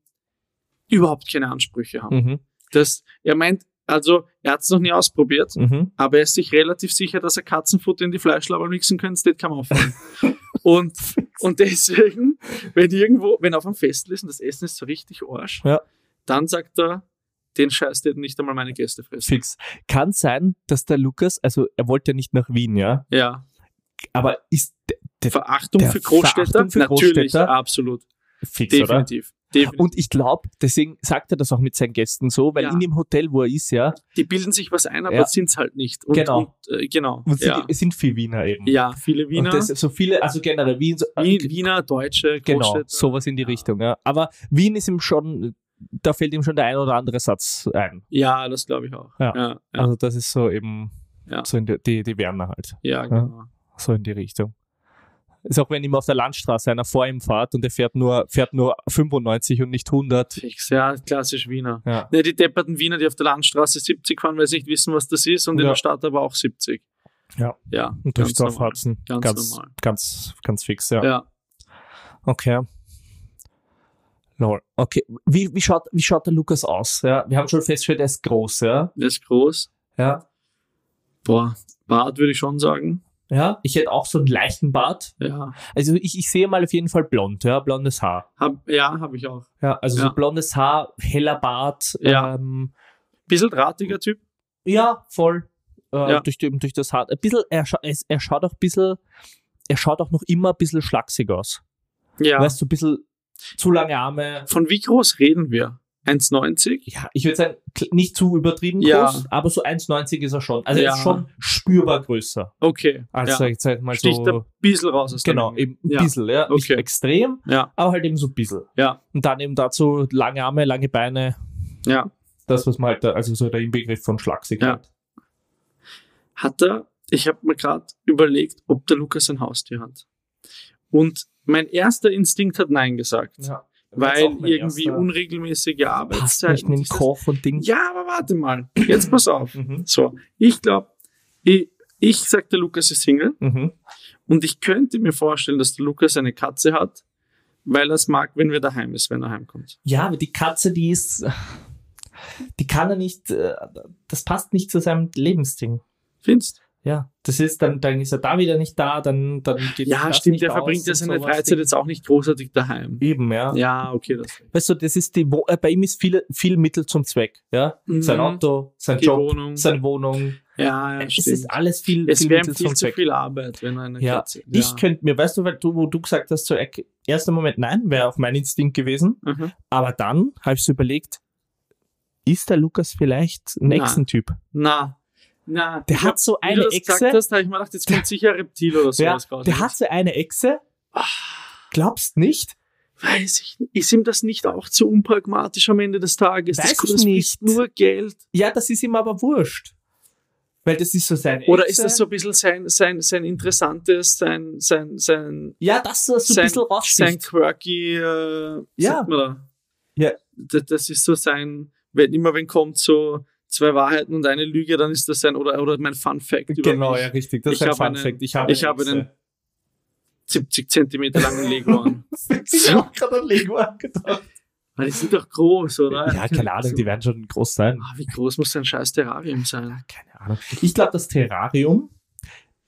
S2: überhaupt keine Ansprüche haben.
S1: Mhm.
S2: Das, er meint, Also, er hat es noch nie ausprobiert,
S1: Mhm.
S2: aber er ist sich relativ sicher, dass er Katzenfutter in die Fleischlaberl mixen kann, das kann man
S1: (laughs)
S2: auffallen. und, und deswegen, wenn irgendwo, wenn er auf einem Fest ist und das Essen ist so richtig Arsch,
S1: Ja.
S2: dann sagt er, den Scheiß, den nicht einmal meine Gäste fressen.
S1: Fix. Kann sein, dass der Lukas, also er wollte ja nicht nach Wien, ja,
S2: Ja.
S1: aber ist d-
S2: Verachtung
S1: Der
S2: für Großstädter?
S1: Verachtung für
S2: Natürlich,
S1: Großstädter?
S2: absolut.
S1: fix, oder?
S2: Definitiv. Definitiv.
S1: Und ich glaube, deswegen sagt er das auch mit seinen Gästen so, weil
S2: Ja.
S1: in dem Hotel, wo er ist, ja,
S2: die bilden sich was ein, aber
S1: Ja.
S2: sind es halt nicht. Und,
S1: Genau.
S2: Und, äh, genau.
S1: und sind,
S2: ja.
S1: es sind viel Wiener eben.
S2: ja, viele Wiener,
S1: Und das, so viele, also generell Wien, so,
S2: Wien, Wiener, Deutsche,
S1: genau,
S2: Großstädter.
S1: sowas in die
S2: Ja.
S1: Richtung, ja. Aber Wien ist ihm schon, da fällt ihm schon der ein oder andere Satz ein.
S2: Ja, das glaube ich auch.
S1: Ja.
S2: Ja, ja,
S1: Also das ist so eben,
S2: Ja.
S1: so in die, die, die Werner halt,
S2: ja, genau.
S1: so in die Richtung. Ist auch wenn ihm auf der Landstraße einer vor ihm fährt und er fährt nur, fährt nur 95 und nicht 100.
S2: Fix, ja, klassisch Wiener.
S1: Ja.
S2: Ne, die depperten Wiener, die auf der Landstraße 70 fahren, weil sie nicht wissen, was das ist, und in
S1: Ja.
S2: der Stadt aber auch 70.
S1: Ja.
S2: Ja,
S1: Und durchs
S2: ganz
S1: Dorf
S2: normal.
S1: Harzen.
S2: Ganz
S1: Ganz, ganz,
S2: normal.
S1: ganz, fix, ja.
S2: Ja.
S1: Okay. Lol. Okay. Wie, wie, schaut, wie schaut der Lukas aus? Ja, wir haben schon festgestellt, er ist groß, ja.
S2: Der ist groß.
S1: Ja.
S2: Boah, Bart würde ich schon sagen.
S1: ja. Ich hätte auch so einen leichten Bart.
S2: Ja,
S1: Also ich, ich sehe mal auf jeden Fall blond, ja, blondes Haar.
S2: habe ja, hab ich auch.
S1: Ja, also
S2: Ja.
S1: so blondes Haar, heller Bart.
S2: Ja.
S1: ähm,
S2: Bisschen drahtiger Typ.
S1: ja voll. Äh,
S2: Ja.
S1: Durch, die- durch das Haar. Ein bisschen, er, scha es- er schaut auch ein bisschen, er schaut auch noch immer ein bisschen schlaksig aus.
S2: Ja.
S1: Weißt du, ein bisschen zu lange Arme.
S2: Von wie groß reden wir? 1,90?
S1: ja, ich würde sagen, kl- nicht zu übertrieben
S2: Ja.
S1: groß, aber so 1,90 ist er schon. Also er
S2: Ja.
S1: ist schon spürbar größer.
S2: Okay.
S1: Also
S2: ja.
S1: ich sag mal
S2: Sticht ein
S1: so.
S2: bisschen raus aus der
S1: Genau,
S2: Menge.
S1: eben ein
S2: Ja.
S1: bisschen, ja. Nicht
S2: Okay.
S1: extrem,
S2: Ja,
S1: aber halt eben so ein bisschen.
S2: ja,
S1: Und dann eben dazu lange Arme, lange Beine,
S2: ja.
S1: das, was man halt, da, also so der Inbegriff von Schlagsig
S2: Ja.
S1: hat.
S2: Hat er, ich habe mir gerade überlegt, ob der Lukas ein Haustier hat. Und mein erster Instinkt hat Nein gesagt,
S1: Ja.
S2: weil irgendwie unregelmäßige
S1: passt
S2: Arbeitszeiten.
S1: nicht mit dem
S2: dieses-
S1: Koch und Ding.
S2: ja, aber warte mal. Jetzt pass auf.
S1: Mhm.
S2: So, ich glaube, ich, ich sag, der Lukas ist Single
S1: Mhm.
S2: und ich könnte mir vorstellen, dass der Lukas eine Katze hat, weil er es mag, wenn wir daheim ist, wenn er heimkommt.
S1: ja, aber die Katze, die ist, (laughs) die kann er nicht, äh, das passt nicht zu seinem Lebensding.
S2: Findest?
S1: Ja, das ist dann, dann ist er da wieder nicht da, dann, dann geht
S2: Ja,
S1: das
S2: stimmt,
S1: nicht
S2: der
S1: aus
S2: verbringt ja
S1: und
S2: seine
S1: sowas.
S2: Freizeit jetzt auch nicht großartig daheim.
S1: Eben, ja.
S2: Ja, okay, das
S1: Weißt du, das ist die, Wo- äh, bei ihm ist viel, viel Mittel zum Zweck, ja.
S2: Mhm.
S1: Sein Auto, sein
S2: Die
S1: Job,
S2: Wohnung.
S1: seine Wohnung.
S2: Ja, ja,
S1: es
S2: stimmt.
S1: ist alles viel,
S2: Es
S1: viel
S2: wäre
S1: Mittel
S2: ihm viel
S1: zum
S2: zu
S1: Zweck.
S2: viel Arbeit, wenn er eine
S1: Ja.
S2: Katze.
S1: Ich könnte mir, weißt du, weil du, wo du gesagt hast, so erk- erster Moment, nein, wäre auch mein Instinkt gewesen.
S2: Mhm.
S1: Aber dann habe ich so überlegt, ist der Lukas vielleicht ein
S2: Nein.
S1: Echsentyp?
S2: Na, na.
S1: Der
S2: ich
S1: hat so
S2: hab, wie du
S1: eine
S2: das gesagt
S1: Echse.
S2: hast, habe ich mir gedacht, jetzt kommt sicher ein Reptil oder
S1: Ja,
S2: sowas raus.
S1: der hat so eine Echse. Glaubst nicht?
S2: Weiß ich nicht. Ist ihm das nicht auch zu unpragmatisch am Ende des Tages?
S1: Weiß
S2: das
S1: ich
S2: kostet
S1: nicht.
S2: nur Geld.
S1: Ja, das ist ihm aber wurscht. Weil das ist so seine
S2: Oder
S1: Echse.
S2: ist das so ein bisschen sein, sein, sein interessantes, sein, sein, sein,
S1: Ja, das so, so ein
S2: sein-
S1: bisschen
S2: sein
S1: raussticht.
S2: quirky, äh,
S1: Ja.
S2: sagt man da.
S1: Ja.
S2: Das, das ist so sein, wenn immer wenn kommt, so zwei Wahrheiten und eine Lüge, dann ist das sein, oder, oder mein Fun Fact. über
S1: Genau,
S2: mich.
S1: ja, richtig. Das
S2: Ich
S1: ist ein
S2: habe
S1: Fun
S2: einen-
S1: Fact. Ich habe
S2: ich habe einen- 70 Zentimeter langen Leguan.
S1: Ich habe gerade an Lego angedacht.
S2: (laughs) Weil die sind doch groß, oder?
S1: Ja, keine Ahnung, die werden schon groß sein.
S2: Ah, wie groß muss dein scheiß Terrarium sein?
S1: Keine Ahnung. Ich glaube, das Terrarium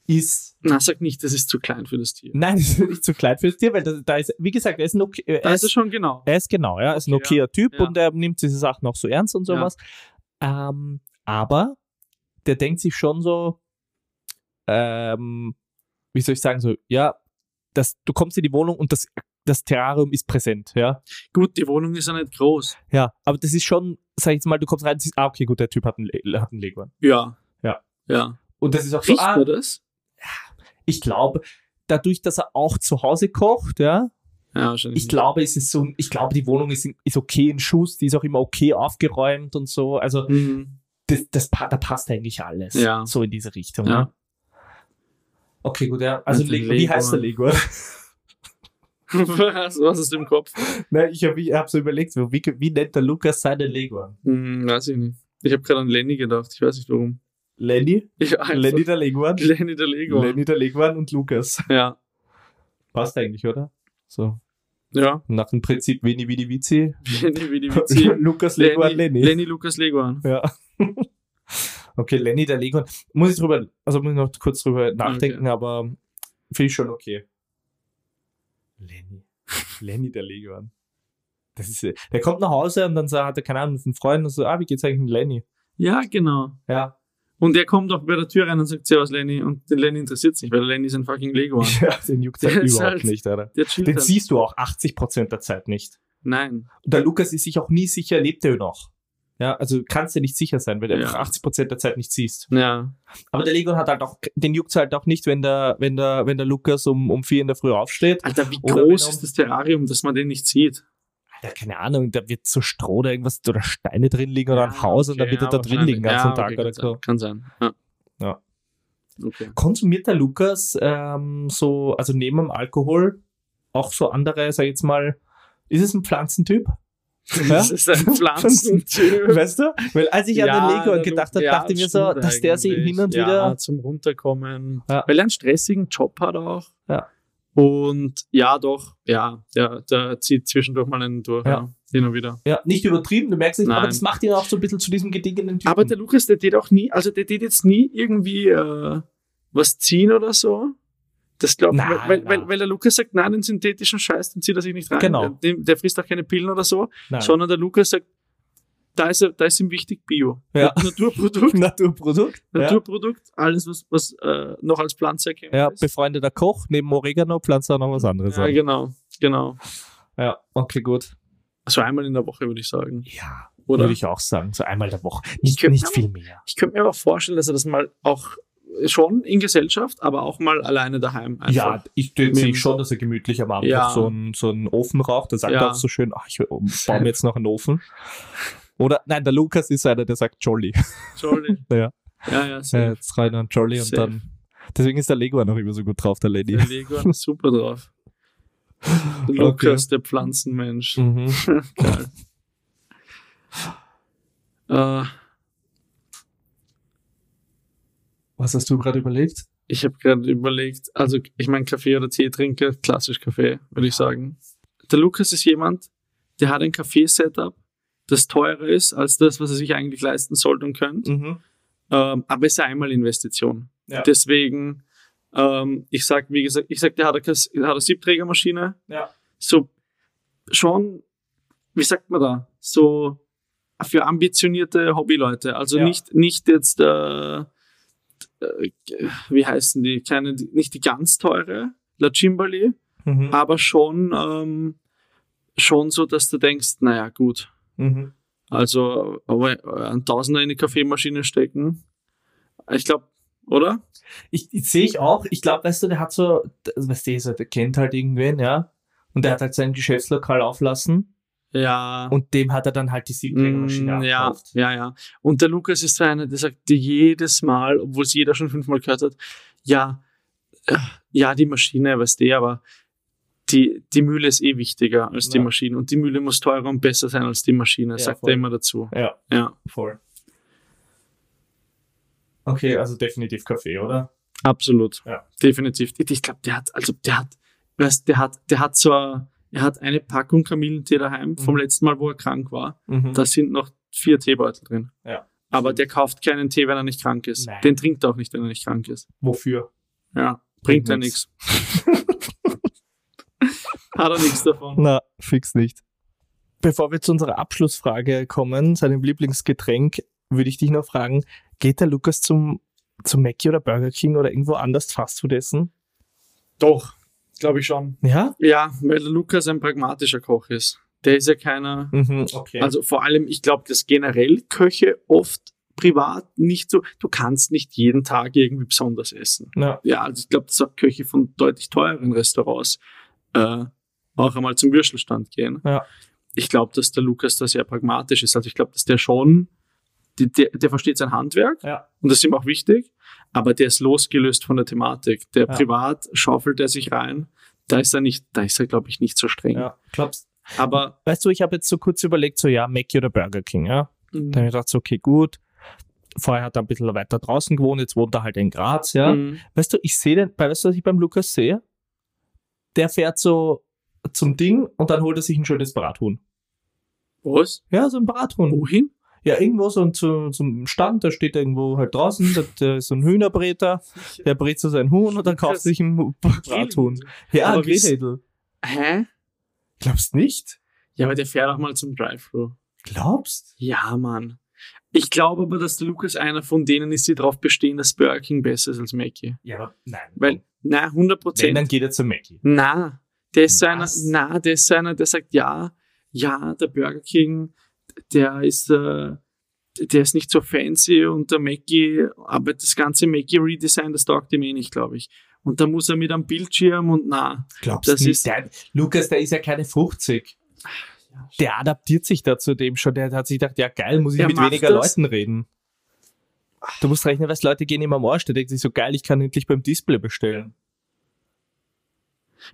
S1: ist.
S2: Na, sag nicht, das ist zu klein für das Tier.
S1: Nein, das ist nicht zu klein fürs Tier, weil da, da ist, wie gesagt, er ist ein okay, äh,
S2: Da
S1: er
S2: ist er
S1: ist,
S2: schon genau.
S1: er ist genau, ja, er ist ein
S2: Okay,
S1: okayer Typ
S2: ja.
S1: und er nimmt diese Sachen auch so ernst und
S2: Ja.
S1: sowas. Ähm, aber der denkt sich schon so, ähm, wie soll ich sagen, so, ja, das, du kommst in die Wohnung und das, das Terrarium ist präsent, ja.
S2: Gut, die Wohnung ist ja nicht groß.
S1: Ja, aber das ist schon, sag ich jetzt mal, du kommst rein und siehst, ah, okay, gut, der Typ hat einen, Le- hat einen Leguan.
S2: Ja.
S1: Ja.
S2: Ja.
S1: Und das ist auch so,
S2: Riecht
S1: ah,
S2: man das?
S1: ich glaube, dadurch, dass er auch zu Hause kocht, ja,
S2: Ja, wahrscheinlich.
S1: ich
S2: nicht.
S1: glaube, es ist so, ich glaube, die Wohnung ist, in, ist okay in Schuss, die ist auch immer okay aufgeräumt und so, also
S2: Mhm. (laughs)
S1: das, das, pa- da passt eigentlich alles,
S2: Ja.
S1: so in diese Richtung.
S2: Ja.
S1: ne? Okay, gut, ja, also
S2: Mit dem
S1: Lego, wie heißt der Leguan? (laughs)
S2: was, was ist im Kopf?
S1: Nein, Ne, ich habe ich hab so überlegt, wie, wie nennt der Lukas seine Leguan?
S2: Hm, weiß ich nicht. Ich habe gerade an Lenny gedacht. Ich weiß nicht warum.
S1: Lenny?
S2: Ich, einfach-
S1: Lenny der Leguan?
S2: Lenny der Lego.
S1: Lenny der Leguan und Lukas.
S2: Ja.
S1: Passt eigentlich, oder? So.
S2: Ja.
S1: Nach dem Prinzip Vini Vini Vici. (laughs)
S2: Lenny wie die Witzige.
S1: Lukas Leguan
S2: Lenny,
S1: Lenny.
S2: Lenny Lukas Leguan.
S1: Ja. Okay, Lenny der Legon. Muss ich drüber, also muss ich noch kurz drüber nachdenken, aber finde ich schon okay. Lenny. (laughs) Lenny der Legon. Das ist, äh, der kommt nach Hause und dann sagt, hat er keine Ahnung mit einem Freund und so, ah, wie geht's eigentlich mit Lenny?
S2: Ja, genau.
S1: Ja.
S2: Und er kommt auch bei der Tür rein und sagt Servus Lenny und den Lenny interessiert nicht, weil der Lenny ist ein fucking Leguan.
S1: (laughs) ja den juckt er
S2: Der ist
S1: überhaupt
S2: halt-
S1: nicht, Alter.
S2: Der chillt
S1: Den
S2: halt.
S1: siehst du auch 80% der Zeit nicht.
S2: Nein.
S1: Und der Lukas ist sich auch nie sicher, lebt er noch. Ja, also kannst du nicht sicher sein, weil du
S2: Ja.
S1: einfach 80% der Zeit nicht siehst.
S2: Ja.
S1: Aber der Legon hat halt auch, den juckt halt auch nicht, wenn der, wenn der, wenn der Lukas um, um vier in der Früh aufsteht.
S2: Alter, wie
S1: Oder
S2: groß
S1: wenn er-
S2: ist das Terrarium, dass man den nicht sieht?
S1: Ja, keine Ahnung, da wird so Stroh oder irgendwas oder Steine drin liegen oder ein
S2: Ja,
S1: Haus und dann
S2: Ah, okay,
S1: wird er
S2: ja,
S1: da drin liegen den ganzen
S2: wahrscheinlich.
S1: Tag
S2: Ja, okay,
S1: oder so.
S2: Kann sein. Kann sein. Ja.
S1: (laughs)
S2: Okay. (laughs)
S1: Konsumiert der Lukas ähm, so, also neben dem Alkohol auch so andere, sag ich jetzt mal, ist es ein
S2: (laughs)
S1: Pflanzentyp?
S2: Das ist ein Pflanzentyp.
S1: Weißt du? Weil als ich an den Lego gedacht habe,
S2: ja,
S1: dachte ich mir so,
S2: stimmt
S1: dass der sie
S2: eigentlich.
S1: hin und
S2: ja,
S1: wieder.
S2: zum Runterkommen.
S1: Ja.
S2: Weil er einen stressigen Job hat auch.
S1: Ja.
S2: Und ja, doch, ja, der, der zieht zwischendurch mal einen durch,
S1: Ja.
S2: ja. hin und wieder.
S1: Ja, nicht übertrieben, du merkst es, aber
S2: Nein.
S1: das macht ihn auch so ein bisschen zu diesem gediegenen Typen.
S2: Aber der Lukas, der tät auch nie, also der tät jetzt nie irgendwie äh, was ziehen oder so. Das glaubt
S1: Nein,
S2: weil, weil,
S1: nein.
S2: weil, weil der Lukas sagt, nein, den synthetischen Scheiß, den zieht er sich nicht rein.
S1: Genau.
S2: Der, dem- der frisst auch keine Pillen oder so,
S1: Nein.
S2: sondern der Lukas sagt, da ist, er, da ist ihm wichtig Bio.
S1: Ja. (laughs)
S2: Naturprodukt,
S1: Naturprodukt. Ja.
S2: Naturprodukt, alles, was, was äh, noch als Pflanze erkennbar
S1: ja,
S2: ist.
S1: befreundeter Koch, neben Oregano pflanzt er noch was anderes
S2: Ja,
S1: an.
S2: genau, genau.
S1: Ja, okay, gut.
S2: Also einmal in der Woche, würde ich sagen.
S1: Ja,
S2: Oder?
S1: würde ich auch sagen, so einmal der Woche.
S2: Ich
S1: Nicht,
S2: könnte-
S1: nicht viel mehr.
S2: Ich könnte mir aber auch vorstellen, dass er das mal auch schon in Gesellschaft, aber auch mal alleine daheim einfach.
S1: Ja, ich
S2: Also, Mit-
S1: sehe ich schon, dass er gemütlich am Abend
S2: Ja.
S1: noch so einen, so einen Ofen raucht. Der sagt
S2: Ja.
S1: auch so schön, ach, ich baue mir jetzt noch einen Ofen. Oder, nein, der Lukas ist einer, der sagt Jolly.
S2: Sorry.
S1: (laughs) Ja.
S2: Ja, ja, safe.
S1: Ja, jetzt rein an Jolly und
S2: Safe.
S1: dann. Deswegen ist der Lego auch noch immer so gut drauf, der Lady.
S2: Der Leguan ist super drauf. Lukas, der Pflanzenmensch.
S1: Mhm.
S2: Äh,
S1: Was hast du gerade überlegt?
S2: ich habe gerade überlegt, also ich meine, Kaffee oder Tee trinke, klassisch Kaffee, würde ich sagen. Der Lukas ist jemand, der hat ein Kaffee-Setup, das teurer ist als das, was er sich eigentlich leisten sollte und könnte.
S1: Mhm.
S2: Ähm, aber es ist eine Einmalinvestition.
S1: Ja.
S2: Deswegen, ähm, ich sag, wie gesagt, ich sag, der hat eine, Kas- hat eine Siebträgermaschine.
S1: Ja.
S2: So schon, wie sagt man da, so für ambitionierte Hobbyleute. Also
S1: Ja.
S2: nicht, nicht jetzt, äh, äh, wie heißen die, keine, die- nicht die ganz teure, La Cimbali,
S1: Mhm.
S2: aber schon, ähm, schon so, dass du denkst, naja, gut,
S1: Mhm.
S2: also aber ein Tausender in die Kaffeemaschine stecken. Ich glaube, oder?
S1: Ich, ich sehe ich auch. Ich glaube, weißt du, der hat so, also, weißt du, so, der kennt halt irgendwen, ja. Und der hat halt sein Geschäftslokal auflassen
S2: Ja.
S1: und dem hat er dann halt die Siebträgermaschine
S2: Mm, ja,
S1: abgekauft.
S2: ja, ja. Und der Lukas ist so einer, der sagt dir jedes Mal, obwohl es jeder schon fünfmal gehört hat, ja, äh, ja, die Maschine, weißt du, aber die, die Mühle ist eh wichtiger als die
S1: Ja.
S2: Maschine und die Mühle muss teurer und besser sein als die Maschine,
S1: Ja,
S2: sagt
S1: voll.
S2: er immer dazu.
S1: Ja,
S2: Ja,
S1: voll. Okay, also definitiv Kaffee, oder?
S2: absolut.
S1: Ja.
S2: Definitiv. Ich, ich glaube, der hat, also der hat, weißt, der hat, der hat zwar, er hat eine Packung Kamillentee daheim vom
S1: Mhm.
S2: letzten Mal, wo er krank war. Da
S1: Das
S2: sind noch vier Teebeutel drin.
S1: Ja.
S2: Aber der kauft keinen Tee, wenn er nicht krank ist.
S1: Nein.
S2: Den trinkt er auch nicht, wenn er nicht krank ist.
S1: Wofür?
S2: Ja, bringt
S1: Bringt
S2: ja nichts.
S1: nix.
S2: (laughs) Hat er nichts davon.
S1: Na, fix nicht. Bevor wir zu unserer Abschlussfrage kommen, seinem Lieblingsgetränk, würde ich dich noch fragen, geht der Lukas zum, zum Mackey oder Burger King oder irgendwo anders fast zu essen?
S2: Doch, glaube ich schon.
S1: Ja?
S2: Ja, weil der Lukas ein pragmatischer Koch ist. Der ist ja keiner.
S1: Mhm, okay.
S2: Also vor allem, ich glaube, dass generell Köche oft privat nicht so, du kannst nicht jeden Tag irgendwie besonders essen.
S1: ja.
S2: Ja, also ich glaube, dass auch Köche von deutlich teureren Restaurants äh, auch einmal zum Würstelstand gehen.
S1: Ja.
S2: Ich glaube, dass der Lukas da sehr pragmatisch ist. Also ich glaube, dass der schon, die, der, der versteht sein Handwerk
S1: Ja.
S2: und das ist ihm auch wichtig, aber der ist losgelöst von der Thematik. Der
S1: Ja.
S2: privat schaufelt er sich rein. Da ist er nicht, da ist er, glaube ich, nicht so streng.
S1: ja. Glaubst,
S2: Aber
S1: weißt du, ich habe jetzt so kurz überlegt, so ja, Mackey oder Burger King, ja? Dann habe
S2: mh,
S1: ich gedacht, so, okay, gut. Vorher hat er ein bisschen weiter draußen gewohnt, jetzt wohnt er halt in Graz, ja?
S2: mh,
S1: Weißt du, ich sehe den, bei- weißt du, was ich beim Lukas sehe? Der fährt so zum Ding und dann holt er sich ein schönes Brathuhn.
S2: was?
S1: Ja, so ein Brathuhn.
S2: Wohin?
S1: Ja, irgendwo so ein, zu, zum Stand, da steht irgendwo halt draußen, da, da ist so ein Hühnerbräter, der brät so sein Huhn und dann kauft sich ein Brathuhn. Ja,
S2: Aber
S1: Grillhändel.
S2: Hä?
S1: Glaubst nicht?
S2: Ja, aber der fährt auch mal zum Drive-Thru.
S1: Glaubst?
S2: Ja, Mann. Ich glaube aber, dass der Lukas einer von denen ist, die darauf bestehen, dass Burger King besser ist als Mackey.
S1: Ja, aber nein.
S2: Weil, na, 100
S1: Wenn,
S2: Prozent.
S1: dann geht er zu Mackie.
S2: Na, der ist so einer,
S1: Was?
S2: na, der ist so einer, der sagt, ja, ja, der Burger King, der ist, äh, der ist nicht so fancy und der Mackie, aber das ganze Mackie Redesign, das taugt ihm eh nicht, glaube ich. Und da muss er mit am Bildschirm und na.
S1: Glaubst
S2: Das
S1: nicht?
S2: ist-
S1: der, Lukas, der ist ja keine 50. Der adaptiert sich da zudem schon. Der hat sich gedacht, ja geil, muss ich
S2: Der
S1: mit
S2: macht
S1: weniger
S2: das.
S1: Leuten reden. Du musst rechnen, was Leute gehen immer am Arsch. Der denkt sich so geil, ich kann endlich beim Display bestellen.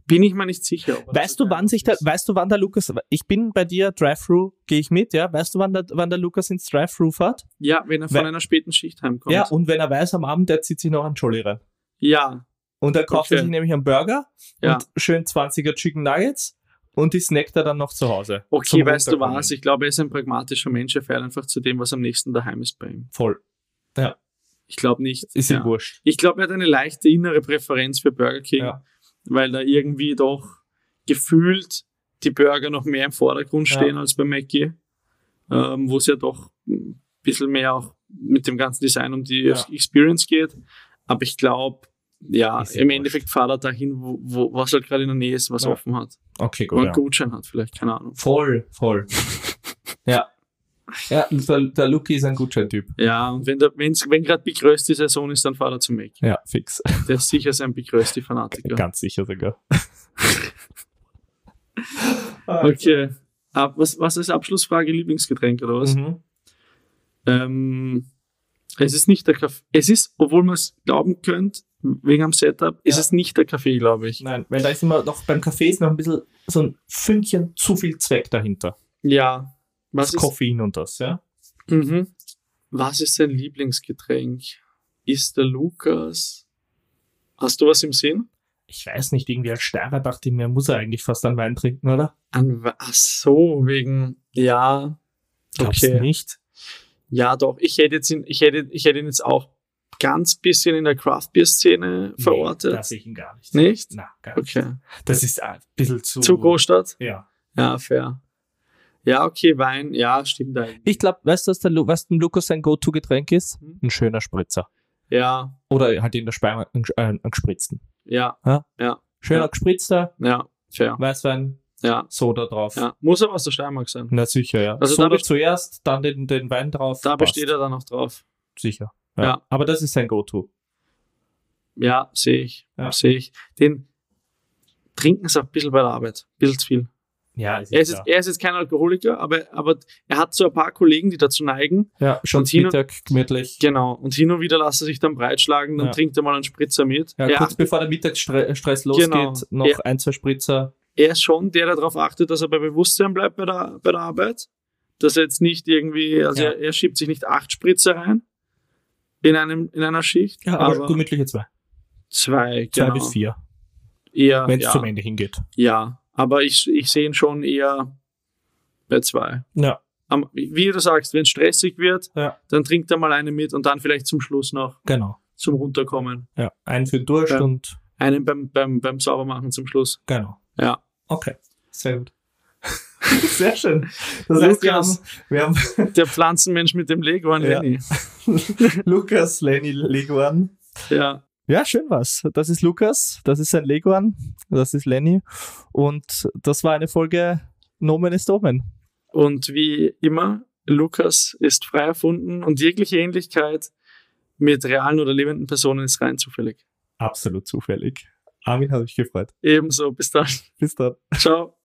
S2: Bin ich mir nicht sicher. ob er
S1: Weißt
S2: so
S1: du, wann
S2: geil
S1: sich der,
S2: ist.
S1: weißt du, wann der Lukas, ich bin bei dir, Drive-Thru, gehe ich mit, ja? Weißt du, wann der, wann der Lukas ins Drive-Thru fährt?
S2: Ja, wenn er von
S1: Weil-
S2: einer späten Schicht heimkommt.
S1: Ja, und wenn er weiß, am Abend, der zieht sich noch einen Jolly rein.
S2: ja,
S1: Und dann kauft er
S2: Okay.
S1: sich nämlich einen Burger
S2: ja.
S1: und schön 20er Chicken Nuggets und die snackt er dann noch zu Hause.
S2: Okay,
S1: Zum
S2: weißt du
S1: Runterkommen.
S2: was? Ich glaube, er ist ein pragmatischer Mensch. Er fährt einfach zu dem, was am nächsten daheim ist bei ihm.
S1: Voll.
S2: Ich glaube nicht.
S1: Ist ihm
S2: ja.
S1: wurscht.
S2: Ich glaube, er hat eine leichte innere Präferenz für Burger King,
S1: Ja.
S2: weil da irgendwie doch gefühlt die Burger noch mehr im Vordergrund
S1: Ja.
S2: stehen als bei Mackie, ähm, wo es ja doch ein bisschen mehr auch mit dem ganzen Design um die
S1: Ja.
S2: Experience geht. Aber ich glaube, ja,
S1: Ist ihm
S2: im
S1: wurscht.
S2: Endeffekt fahrt er dahin, wo, wo, was halt gerade in der Nähe ist, was
S1: Ja.
S2: offen hat.
S1: Okay,
S2: Und
S1: gut.
S2: einen
S1: Ja.
S2: Gutschein hat vielleicht, keine Ahnung.
S1: Voll, (laughs) voll. ja. Ja, der, der Luki ist ein Gutscheintyp.
S2: Ja, und wenn, der, wenn's, wenn gerade Big Röst die Saison ist, dann fahrt er zum Mac.
S1: Ja, fix.
S2: Der ist sicher sein Big Rösti-Fanatiker.
S1: Ganz sicher (laughs) sogar. Ah.
S2: Okay. Ab, was, was ist Abschlussfrage? Lieblingsgetränk oder was?
S1: Mhm.
S2: Ähm, es ist nicht der Kaffee. Es ist, obwohl man es glauben könnte, wegen am Setup, ist
S1: Ja.
S2: es nicht der Kaffee, glaube ich.
S1: Nein, weil da ist immer noch beim Kaffee ist noch ein bisschen so ein Fünkchen zu viel Zweck dahinter.
S2: Ja. Was
S1: das
S2: ist,
S1: Koffein und das, ja?
S2: mhm. was ist sein Lieblingsgetränk? Ist der Lukas? Hast du was im Sinn?
S1: Ich weiß nicht, irgendwie als Steirer dachte ich mir, muss er eigentlich fast an Wein trinken, oder?
S2: An, wa- ach so, wegen, ja.
S1: Glaubst
S2: Okay.
S1: du nicht?
S2: Ja, doch. Ich hätte, jetzt ihn, ich, hätte, ich hätte ihn jetzt auch ganz bisschen in der Craft Beer Szene verortet.
S1: Nee, das ich ihn gar nicht.
S2: Nicht?
S1: Na, gar nicht.
S2: okay.
S1: Das ist ein bisschen zu.
S2: Zu Großstadt?
S1: Ja.
S2: Ja, fair. Ja, okay, Wein. Ja, stimmt eigentlich.
S1: Ich glaube, weißt du, was, der Lu was dem Lukas sein Go-To-Getränk ist?
S2: Hm?
S1: Ein schöner Spritzer.
S2: Ja,
S1: Oder halt in der Speise einen, äh, einen gespritzten.
S2: ja,
S1: Schöner
S2: Ja.
S1: gespritzter,
S2: ja, fair.
S1: Weißwein,
S2: Ja,
S1: Soda drauf.
S2: ja. Muss aber aus der Steiermark sein.
S1: Na sicher, ja.
S2: Also da
S1: Soda
S2: best-
S1: zuerst, dann den, den Wein drauf.
S2: Da
S1: passt.
S2: besteht er dann noch drauf.
S1: Sicher. Ja.
S2: Ja.
S1: Aber das ist sein Go-To.
S2: Ja, sehe ich.
S1: Ja.
S2: Sehe ich. Den trinken sie auch ein bisschen bei der Arbeit. Ein bisschen zu viel.
S1: Ja, ist
S2: Er ist, jetzt, er ist jetzt kein Alkoholiker, aber, aber er hat so ein paar Kollegen, die dazu neigen.
S1: Ja, schon
S2: Und hin und-
S1: Mittag gemütlich.
S2: Genau. Und hin und wieder lässt er sich dann breitschlagen, dann
S1: Ja.
S2: trinkt er mal einen Spritzer mit.
S1: Ja,
S2: er,
S1: kurz bevor der Mittagsstress äh, losgeht,
S2: Genau.
S1: noch
S2: Ja.
S1: ein, zwei Spritzer.
S2: er ist schon der, der darauf achtet, dass er bei Bewusstsein bleibt bei der, bei der Arbeit. Dass er jetzt nicht irgendwie, also
S1: Ja.
S2: er, er schiebt sich nicht acht Spritzer rein in, einem, in einer Schicht,
S1: Ja, aber,
S2: aber,
S1: gemütliche zwei.
S2: zwei,
S1: Zwei
S2: genau.
S1: bis vier,
S2: Eher,
S1: wenn es
S2: ja,
S1: zum Ende hingeht.
S2: ja, aber ich, ich sehe ihn schon eher bei zwei.
S1: Ja,
S2: Am, wie du sagst, wenn es stressig wird,
S1: Ja.
S2: dann trinkt er mal eine mit und dann vielleicht zum Schluss noch
S1: genau.
S2: zum Runterkommen.
S1: Ja, einen für den Durst
S2: Ja.
S1: und
S2: Einen beim, beim, beim Saubermachen zum Schluss.
S1: genau.
S2: Ja.
S1: Okay. Sehr gut. (laughs) Sehr schön. Das heißt,
S2: Das heißt,
S1: wir haben,
S2: Lukas.
S1: wir haben
S2: Der Pflanzenmensch mit dem Lego an
S1: Ja.
S2: Lenny.
S1: (laughs) Lukas Lenny Leguan.
S2: Ja.
S1: Ja, schön was. Das ist Lukas, das ist sein Leguan, das ist Lenny. Und das war eine Folge Nomen ist Omen.
S2: Und wie immer, Lukas ist frei erfunden und jegliche Ähnlichkeit mit realen oder lebenden Personen ist rein zufällig.
S1: Absolut zufällig. Armin hat mich gefreut.
S2: Ebenso, bis dann. (laughs)
S1: Bis dann.
S2: Ciao.